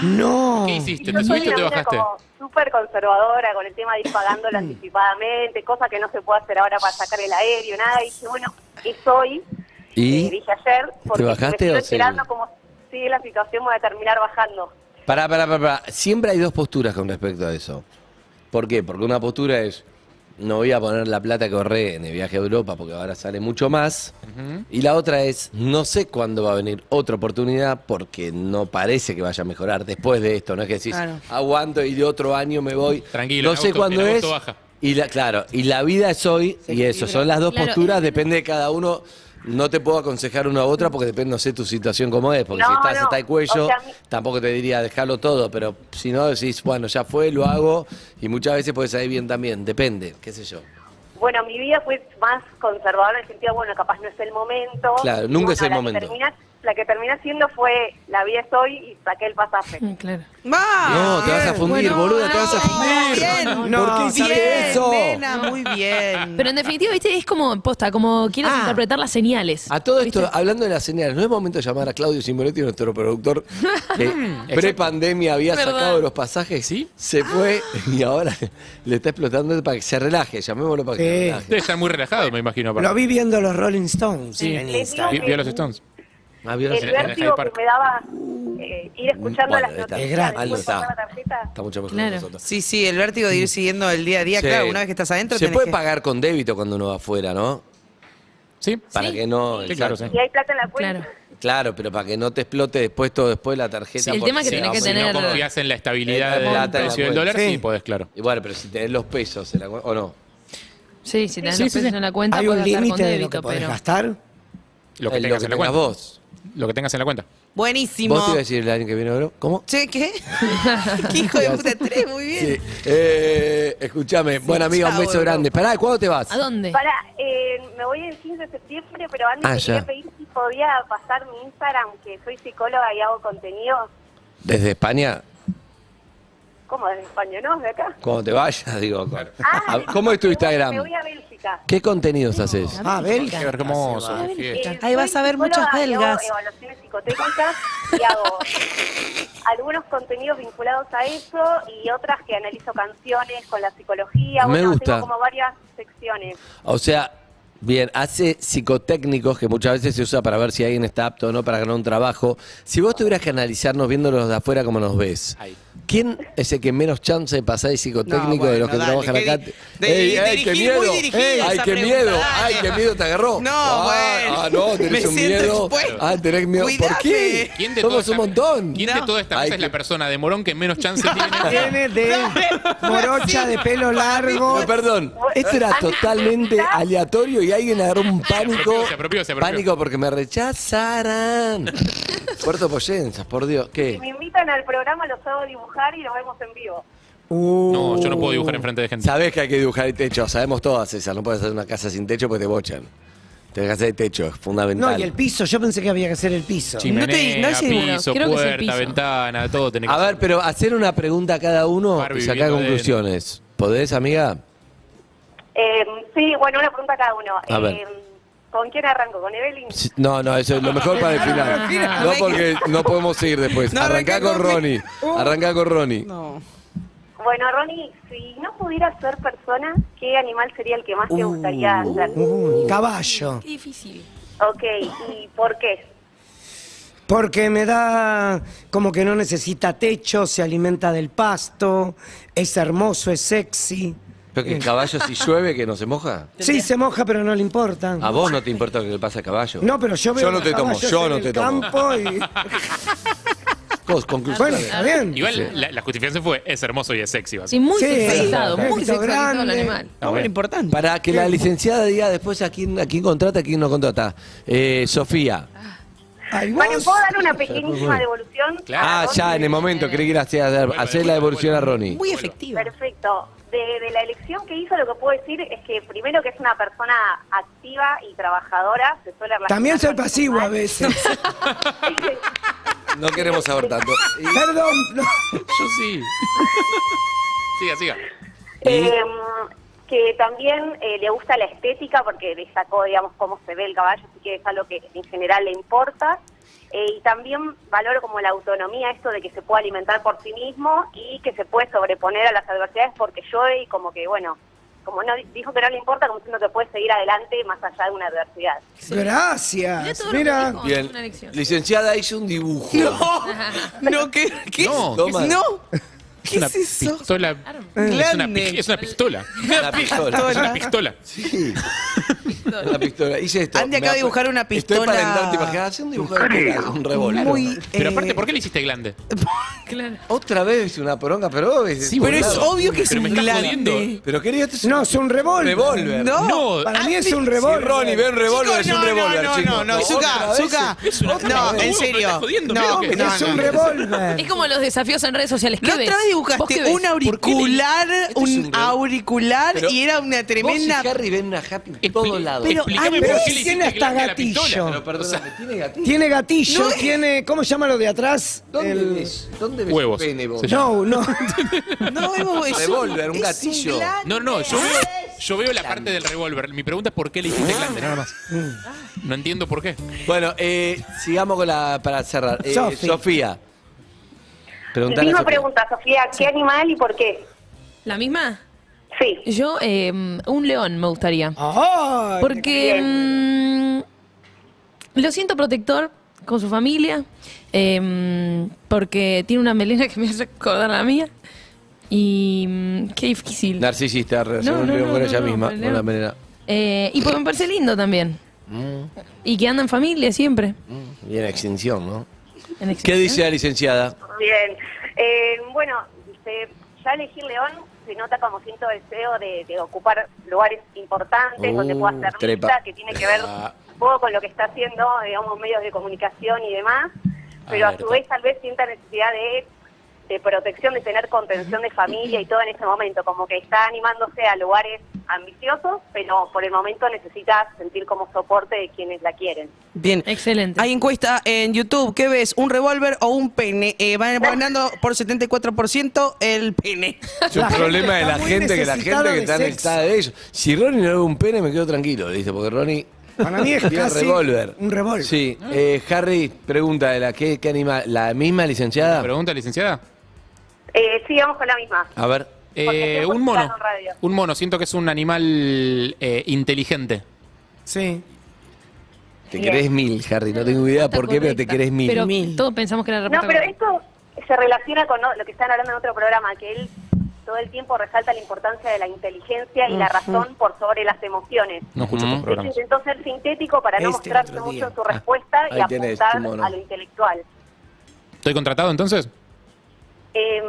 No.
¿Qué hiciste?
Yo
Ah, ¿Te
soy
subiste o
una
te
mina
bajaste? Mm.
como súper conservadora con el tema de ir pagándolo anticipadamente, cosa que no se puede hacer ahora para sacar el aéreo, nada. Y dije, bueno, es hoy, eh,
¿Y?
dije ayer, porque
bajaste
me
o
estoy
sí?
esperando como sigue la situación, voy a terminar bajando.
Pará, pará, pará, pará. Siempre hay dos posturas con respecto a eso. ¿Por qué? Porque una postura es, no voy a poner la plata que ahorré en el viaje a Europa porque ahora sale mucho más. Y la otra es, no sé cuándo va a venir otra oportunidad porque no parece que vaya a mejorar después de esto. No es que decís,
Claro.
aguanto y de otro año me voy.
Tranquilo,
no
en
sé
agosto-
cuándo
en
es.
agosto baja.
Y la, claro, y la vida es hoy y eso. Son las dos
Claro,
posturas, depende de cada uno. No te puedo aconsejar una u otra porque depende, no sé tu situación cómo es, porque si
No,
estás
no,
hasta el cuello,
o sea, a mí-
tampoco te diría dejarlo todo, pero si no decís, bueno, ya fue, lo hago, y muchas veces puede salir bien también, depende, qué sé yo.
Bueno, mi vida fue más conservadora en el sentido, bueno, capaz no es el momento.
Claro,
Y
nunca es el
la que
momento.
termina- la que termina siendo fue, la vida es hoy y saqué el pasaje.
Mm, Claro.
no, te vas a fundir, boluda, te vas a fundir. ¿Por qué hiciste eso?
muy bien.
Pero en definitiva, viste, es como posta, como quieres interpretar las señales.
A todo esto, hablando de las señales, no es momento de llamar a Claudio Simonetti, nuestro productor, que pre-pandemia había
Verdad.
sacado los pasajes, ¿Sí? se
Ah.
fue y ahora le está explotando para que se relaje, llamémoslo para que se
Sí.
relaje.
Debe estar muy relajado, me imagino. aparte.
Lo vi viendo los Rolling Stones
Sí.
en
Vi,
Instagram.
vi a los Stones.
Ah,
vio
vio
los- en-
El
en el Hyde
vértigo que
Park.
me daba eh, ir escuchando
Bueno,
las
está-
noticias.
es gratis.
después
Está.
pagar la tarjeta.
Está mucho mejor que nosotros.
Sí, sí, el vértigo de ir siguiendo el día a día,
Sí.
claro, una vez que estás adentro
Se
tenés
puede
que-
pagar con débito cuando uno va afuera, ¿no?
Sí.
Para que no.
Sí, claro,
exacto.
Y hay plata en la cuenta.
Claro, pero para que no te explote después todo después la tarjeta.
Sí, el tema es que tenés que
Si no
tener-
confías en la
la
estabilidad del
plata en la
precio del
cuenta.
dólar, sí,
Sí.
podés, claro.
Igual, pero si tenés los pesos en la cu- o no.
Sí, si tenés
Sí,
los
sí,
pesos
sí.
en la cuenta,
¿Hay un
podés gastar con
límite de lo
débito,
que podés
pero.
gastar?
Lo
Eh,
que tengas en la
tengas
cuenta.
vos.
Lo que tengas en la cuenta.
Buenísimo.
Vos te ibas a decir el año que viene, bro. ¿Cómo?
Che, ¿qué? ¿Qué hijo de puta tres? Muy bien.
Sí. Eh, escuchame, buena amiga, un
chao,
beso
bro.
grande. Pará, ¿cuándo te vas?
¿A dónde?
Para, eh, me voy el 15 de septiembre, pero antes
Ah,
te quería
ya.
pedir si podía pasar mi Instagram, que soy psicóloga y hago contenido.
¿Desde España?
¿Cómo? ¿Desde España? ¿No? ¿De acá?
Cuando te vayas, digo. con-
Ah,
A- ¿Cómo es tu
Me
Instagram?
voy a Bélgica.
¿Qué contenidos haces?
Ah, Bélgica.
hermoso.
Ah,
qué
Eh,
fiesta.
Ahí
soy
vas a ver
psicóloga
muchas
y hago
belgas.
evaluaciones psicotécnicas y hago algunos contenidos vinculados a eso y otras que analizo canciones con la psicología.
Me
Bueno,
gusta.
Tengo como varias secciones.
O sea, bien, hace psicotécnicos que muchas veces se usa para ver si alguien está apto o no para ganar un trabajo. Si vos tuvieras que analizarnos viéndolos de afuera como nos ves, ¿quién es el que menos chance de pasar el psicotécnico
No, bueno,
de los que
dale,
trabajan
que
acá?
di- de- dirigir- muy dirigida esa
¡Ay, qué
pregunta,
miedo!
dale.
¡Ay, qué miedo te agarró!
No,
ah,
bueno.
ah, no, tenés
Me
un
siento
miedo.
expuesto.
Ah, tenés miedo. ¿Por
Cuidate.
qué?
¿Quién de toda
Somos
esta-
un montón.
¿Quién de toda esta
Ay,
mesa es la persona de Morón que menos chance tiene?
Tiene de morocha de pelo largo.
No, perdón, esto era totalmente aleatorio y alguien agarró un pánico.
Se apropió, se apropió.
Pánico porque me rechazarán. Puerto Pollenzas, por Dios.
Si
¿Qué?
me invitan al programa, los hago dibujar y nos vemos en vivo.
No, yo no puedo dibujar enfrente de gente.
Sabés que hay que dibujar el techo, sabemos todas esas. No puedes hacer una casa sin techo porque te bochan. Tenés que hacer el techo, es fundamental.
No, y el piso. Yo pensé que había que hacer el piso.
Chimenea,
No te- no es seguro,
piso,
creo que es el
puerta,
piso.
ventana, todo tenés que
A ver, pero hacer una pregunta a cada uno
Barbie
y sacar
viviendo
conclusiones. ¿Podés, amiga?
Eh, sí, bueno, una pregunta a cada uno.
A
Eh,
ver.
¿Con quién arranco? ¿Con Evelyn?
Sí, No, no, eso es lo mejor para el final. No, porque no podemos seguir después.
No,
Arrancá
arranca
con Uh.
con-
Ronnie. Arrancá con Ronnie.
No.
Bueno, Ronnie, si no pudieras ser persona, ¿qué animal sería el que más te gustaría ser?
Uh, caballo.
Qué difícil.
Ok, ¿y por qué?
Porque me da como que no necesita techo, se alimenta del pasto, es hermoso, es sexy.
Pero que el caballo si llueve que no se moja.
Sí, se moja, pero no le importa.
Ah,
A vos no te importa lo que le pasa al caballo.
No, pero yo veo
Yo no te tomo,
caballos
yo
en
no
el
te tomo.
campo y...
Vos, conclusión.
Bueno, está bien.
Igual la, la justificación fue, es hermoso y es sexy.
Sí,
básicamente.
muy
Sí,
sexualizado,
sí,
muy
está
sexualizado el
grande.
animal.
Ah, bueno.
importante.
Para que la licenciada diga después a quién, a quién contrata, a quién no contrata. Eh, Sofía.
Ay, vos.
Bueno, ¿puedo dar una pequeñísima devolución?
Ah, ya, en el momento, creí que la hacía hacer, hacer la devolución a Ronnie.
Muy efectiva.
Perfecto. De, de la elección que hizo, lo que puedo decir es que primero que es una persona activa y trabajadora. Se suele relacionar
También soy
con los
pasivo a
animales.
veces.
No queremos saber tanto.
Perdón.
Yo sí. siga, siga.
Eh, que también eh, le gusta la estética porque le sacó, digamos, cómo se ve el caballo, así que es algo que en general le importa. Eh, y también valoro como la autonomía, esto de que se puede alimentar por sí mismo y que se puede sobreponer a las adversidades porque llueve y como que, bueno, como no dijo que no le importa, como diciendo que puede seguir adelante más allá de una adversidad.
Gracias. Mira.
Bien. Licenciada hizo un dibujo.
No, no, ¿qué, qué
No.
no, no,
Es una pistola. Es una, pi- es una pistola.
Una pistola.
Es una pistola.
Sí. Una pistola. Hice esto.
Andy acaba
Me
de dibujar una
Estoy
pistola.
para entrarte para acá. Hace un dibujo de pistola, un revólver.
Muy,
Pero
eh,
aparte, ¿por qué le hiciste glande?
Otra vez hice una poronga, pero... es-
Sí,
Pero es
boludo.
obvio que es
Pero
un
me estás
glande.
jodiendo.
Pero quería... esto es un
No, es un revólver.
Revólver.
No.
No,
Para mí es
Andy-
un
Si
revólver.
Ronnie ve un revólver, es
no,
un revólver,
no,
chicos.
no, no,
Otra
Zuka,
vez
Zuka,
es-
una
no, en
pistola. Boludo, me
serio,
estás jodiendo,
no,
creo que-
no,
Es un
no.
Es
revólver.
como los desafíos en redes sociales. ¿Qué
La
ves?
otra vez
¿Vos qué
dibujaste
ves?
un auricular,
Esto es
un
un-
auricular
Pero
y era una tremenda.
Vos y Harry ven una happy en
Expli-
todos lados.
Pero
Explícame
Andy-
por qué
Pero
le
tiene
hiciste
hasta
glande a la pistola.
gatillo.
Pero perdóname, tiene gatillo.
Tiene gatillo,
No, eh.
tiene. ¿Cómo se llama lo de atrás?
¿Dónde
El-
ves? ¿Dónde ves
Huevos.
el pene vos?
Se llama.
No, no.
No, Evo, es
Revólver, un
es
gatillo.
glande.
No, no, yo veo, yo veo la parte del revólver. Mi pregunta es por qué le hiciste glande, nada más. No entiendo por qué.
Bueno, eh, sigamos con la para cerrar. Eh,
Sofi.
Sofía.
La
Preguntale a
misma
Sofía.
pregunta, Sofía, ¿qué animal y por qué?
¿La misma?
Sí.
Yo, eh, un león me gustaría.
Ah, Ay,
Porque mm, lo siento protector con su familia, eh, porque tiene una melena que me hace acordar a la mía. Y mm, qué difícil.
Narcisista, relación
no,
con
no,
ella
no,
misma,
no,
con
no.
la melena. Mm,
Eh, y porque me parece lindo también. Y que anda en familia siempre.
Y en mm, extinción, ¿no?
En ex-
¿Qué dice la licenciada?
Bien. Eh, bueno, dice, ya elegir León se nota como cierto deseo de, de ocupar lugares importantes
Uh,
donde pueda hacer
trepa.
lista, que tiene que ver
Ah.
un poco con lo que está haciendo, digamos, medios de comunicación y demás, pero a su
Alerta.
vez tal vez sienta necesidad de, de protección, de tener contención de familia y todo en este momento, como que está animándose a lugares ambiciosos, pero por el momento necesita sentir como soporte de quienes la quieren.
Bien.
Excelente.
Hay encuesta en YouTube. ¿Qué ves? ¿Un revólver o un pene? Eh, van ganando por 74% el pene.
Es un
gente
problema de
está
la
Ah, muy
gente, que la gente
necesitada
que
de
está
sexo.
necesitada de ellos. Si Ronnie no ve un pene, me quedo tranquilo, dice, porque Ronnie
Para mí es
tiene un
casi
revólver.
un revólver.
Sí. Eh, Harry, pregunta de la ¿qué, qué animal, la misma licenciada.
¿Pregunta, licenciada?
Eh, sí, vamos con la misma.
A ver.
Eh,
estoy
un mono.
escuchando radio.
Un mono. Siento que es un animal eh, inteligente.
Sí.
Te
Bien.
crees mil, Harry. No tengo idea por qué, pero te
Correcta.
crees mil.
Pero
Mil.
todos pensamos que era la
No,
respuesta
pero
correcta.
esto se relaciona con ¿no? lo que están hablando en otro programa, que él todo el tiempo resalta la importancia de la inteligencia y la razón por sobre las emociones.
No escucho estos
Él
programas.
intentó ser sintético para no
Este
mostrarse
otro día.
mucho su respuesta
Ah,
y
ahí tenés,
apuntar
tu mono.
a lo intelectual.
¿Estoy contratado entonces?
Eh,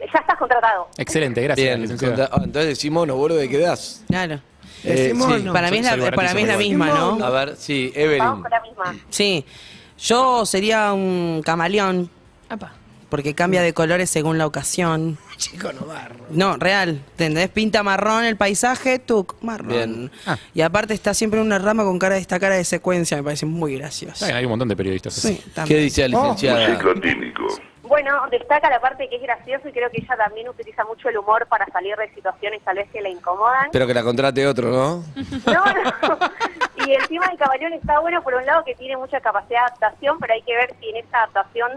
ya estás contratado.
Excelente, gracias,
Bien,
licenciada.
conta- ah, entonces decimos, no, boludo, ¿de qué das? Eh,
Claro.
Decimos no.
Para mí es
Soy
la, para mí es la
baratísimo,
misma,
A
¿no?
ver, sí,
Vamos
Evelyn.
con la misma.
Sí. Yo sería un camaleón
Apa.
porque cambia de colores según la ocasión.
Mm. Chico, no barro.
No, real. ¿Entendés? Pinta marrón el paisaje, tú, marrón.
Bien. Ah.
Y aparte está siempre en una rama con cara de esta cara de secuencia, me parece muy gracioso.
Saben, Hay un montón de periodistas así.
Sí, también.
¿Qué dice la
Oh.
licenciada?
Bueno, destaca la parte que es gracioso y creo que ella también utiliza mucho el humor para salir de situaciones tal vez que le incomodan.
Pero que la contrate otro, ¿no?
No, no. Y el tema del caballón está bueno por un lado que tiene mucha capacidad de adaptación, pero hay que ver si en esta adaptación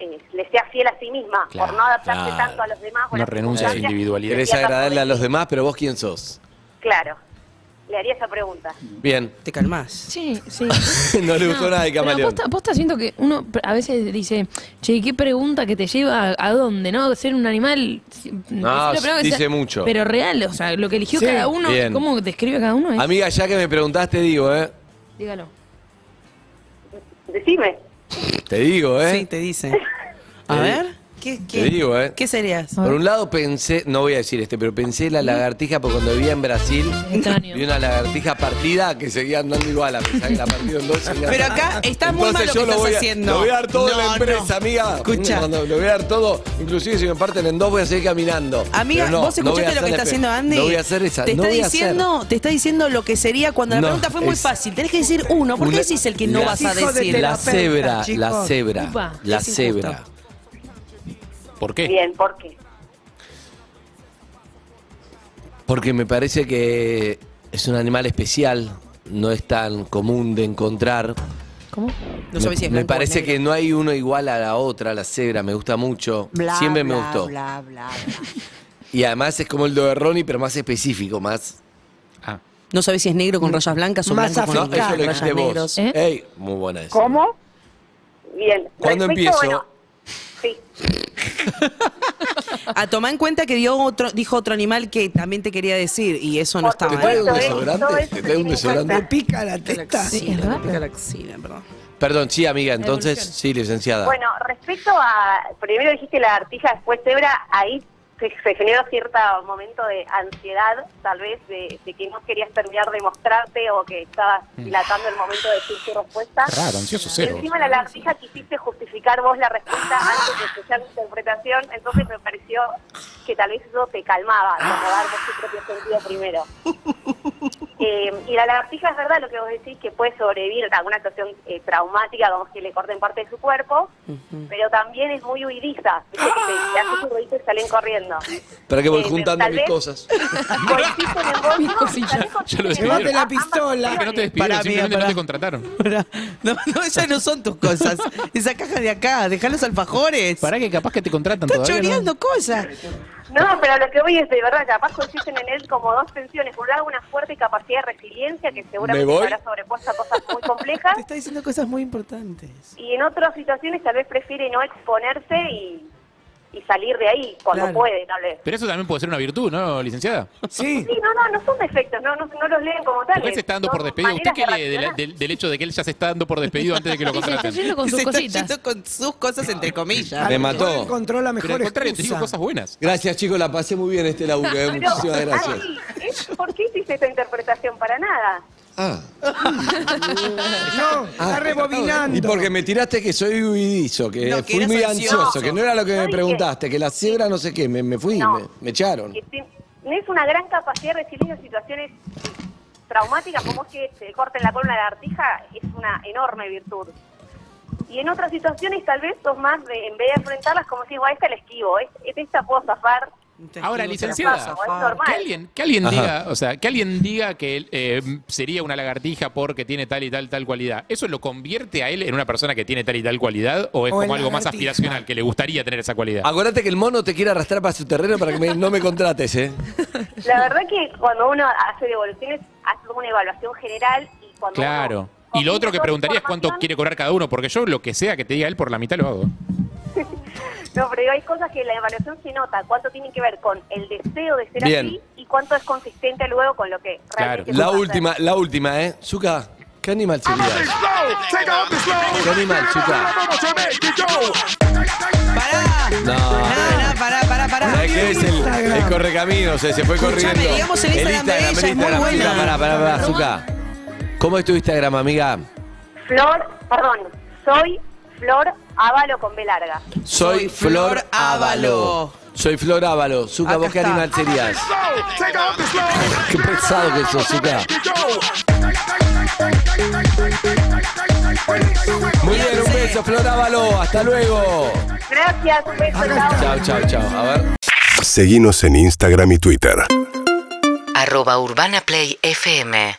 eh, le sea fiel a sí misma,
Claro,
por no adaptarse
claro.
tanto a los demás. o
No
las
renuncia a su
circunstancias.
individualidad.
Querés
Y acá
agradarle a
podés-
los demás, pero vos quién sos.
Claro, le haría esa pregunta.
Bien.
Te calmás.
Sí, sí.
No le gustó nada de
Pero
camaleón.
posta, posta siento que uno pr- a veces dice, che, qué pregunta que te lleva a, a dónde, ¿no? Ser un animal. si-
No,
decirlo, pero que
dice
sea-
mucho.
Pero real, o sea, lo que eligió
Sí,
cada uno,
bien.
cómo describe cada uno es.
Amiga, ya que me preguntaste, digo, ¿eh?
Dígalo.
Decime.
Te digo, ¿eh?
Sí, te dice. A ver. ¿Qué,
Te digo, ¿eh?
¿Qué serías?
Por un lado pensé, no voy a decir este, pero pensé la lagartija, porque cuando vivía en Brasil, vi una lagartija partida que seguía andando igual, a pesar que la partida en dos. seguía
Pero
andando.
acá está muy mal lo
Entonces
que
yo
estás
voy a-
haciendo.
Lo voy a dar todo en
No,
la empresa,
no.
amiga.
Escucha.
Cuando Lo voy a dar todo, inclusive si me parten en dos voy a seguir caminando.
Amiga,
Pero no,
¿vos
no voy a
escuchaste lo que
hacer
está
la pe-
haciendo Andy?
No voy a hacer esa.
Te
no
está
voy a hacer.
diciendo, te está diciendo lo que sería cuando la
No,
pregunta fue muy
es-
fácil. Tenés que decir uno. ¿Por qué
Una-
decís el que no
la-
vas a
hijo de
decir?
La cebra, la
chicos.
cebra,
Upa,
la
es injusto.
cebra. ¿Por
Bien, ¿por qué?
Porque me parece que es un animal especial, no es tan común de encontrar.
¿Cómo?
No sabés si
me,
es
me
blanco o
parece
negro.
que no hay uno igual a la otra, la cebra, me gusta mucho.
Bla,
Siempre me
bla,
gustó.
bla, bla, bla.
Y además es como el de Ronnie, pero más específico, más.
Ah.
No sabés si es negro con rayas blancas o
Mm. Más
blanco con
africano. No, eso lo
rayas
dijiste vos.
negros.
¿Eh? Ey, muy buena esa.
¿Cómo? Bien.
¿Cuándo
Respecto,
empiezo?
bueno,
A tomar Ah, en cuenta que dio otro, dijo otro animal que también te quería decir y eso no estaba.
¿Te trae un
¿eh?
desodorante? ¿Te trae un desodorante?
pica la testa.
Sí,
es
me pica la axila, perdón.
Perdón, sí, amiga, entonces, sí, licenciada.
Bueno, respecto a, primero dijiste la artija, después cebra, ahí se, se generó cierto momento de ansiedad, tal vez, de, de que no querías terminar de mostrarte o que estabas
Mm.
dilatando el momento de decir tu respuesta.
Raro, ansioso cero.
Encima la lagartija quisiste justificar vos la respuesta antes de escuchar tu interpretación, entonces me pareció que tal vez eso te calmaba, como dar vos tu propio sentido primero. Eh, y la lagartija es verdad lo que vos decís, que puede sobrevivir a alguna situación eh, traumática, como que le corten parte de su cuerpo, pero también es muy huidiza, ¿viste? que
¡Ah!
te, te haces un ruidito y salen corriendo.
Para que voy
Eh,
juntando
tal
mis
vez-
cosas.
Consiste en el bolso, tal vez consiste
Ya lo
en el
despidieron.
bolso.
la
pistola.
Porque no te despidieron,
Pará,
simplemente
amiga,
no
pará.
te contrataron.
No, no, esas no son tus cosas. Esa caja de acá, dejá los alfajores. Para
que capaz que te contratan
Estás
todavía, ¿no?
choreando cosas.
No, pero lo que voy es de verdad, capaz consisten en él como dos tensiones. Por un lado, una fuerte capacidad de resiliencia que seguramente
¿Me voy?
habrá sobrepuesta a cosas muy complejas.
Te está diciendo cosas muy importantes.
Y en otras situaciones tal vez prefiere no exponerse y, y salir de ahí cuando
Claro.
puede, tal vez.
Pero eso también puede ser una virtud, ¿no, licenciada?
Sí.
Sí, no, no, no son defectos, no, no, no los leen como tales.
Porque él se está dando
Son
por despedido. ¿Usted qué
maneras de
lee de la-
reaccionar.
del, del hecho de que él ya se está dando por despedido antes de que lo contraten?
Se está yendo con sus cosas, entre comillas.
Me mató.
Encontró la mejor
Pero al contrario, te digo
excusa.
cosas buenas.
Gracias, chicos, la pasé muy bien este laburo. eh,
Pero,
Muchísimas gracias.
Ari, ¿eh? ¿Por qué hiciste esta interpretación? Para nada.
Ah.
Ah,
Ah,
No, está rebobinando.
Y porque me tiraste que soy huidizo, que,
No, que
fui
eras
muy
ansioso.
ansioso, que no era lo que
Yo
me
dije-
preguntaste, que la cebra no sé qué, me, me fui,
No.
me, me echaron.
que te- tenés una gran capacidad de recibir en situaciones traumáticas como es que te corten la columna de la artija, es una enorme virtud. Y en otras situaciones tal vez sos más de, en vez de enfrentarlas, como si, digo, a esta la esquivo, es, es esta puedo zafar.
Ahora,
Te
licenciada,
paso, es normal.
que alguien, que alguien
Ajá.
diga, o sea, que alguien diga que eh, sería una lagartija porque tiene tal y tal tal cualidad. ¿Eso lo convierte a él en una persona que tiene tal y tal cualidad o es
O
como
el
algo más
lagartija.
aspiracional que le gustaría tener esa cualidad?
Acordate que el mono te quiere arrastrar para su terreno para que me- no me contrates, ¿eh?
La verdad que cuando uno hace devoluciones, hace como una evaluación general y cuando uno-
Claro. Y lo otro que preguntaría es cuánto quiere cobrar cada uno, porque yo lo que sea que te diga él por la mitad lo hago.
No, pero digo, hay cosas que la evaluación se nota, cuánto tiene que ver con el deseo de ser
Bien.
así y cuánto es consistente luego con lo que
Claro.
realmente
La
puede
última, la última, ¿eh? Zuka, ¿qué animal sería? ¿Qué animal, Zuka? No.
Pará, pará, pará.
¿Sabes qué es el, el correcaminos? eh, Se fue
Escuchame,
corriendo.
digamos el Instagram de ella, es muy buena.
Zuka, Pará, pará, pará, Zuka. ¿Cómo es tu Instagram, amiga?
Flor, perdón, soy Flor Ávalo con B larga.
Soy Flor Ávalo. Soy Flor Ávalo. Zuka, ¿vos qué animal serías? Qué pesado que sos, Zuka. Muy bien, un beso, Flor Ávalo. Hasta luego.
Gracias, un beso. chao.
Chao, chao, chao. A ver.
Seguinos en Instagram y Twitter.
Arroba Urbana Play FM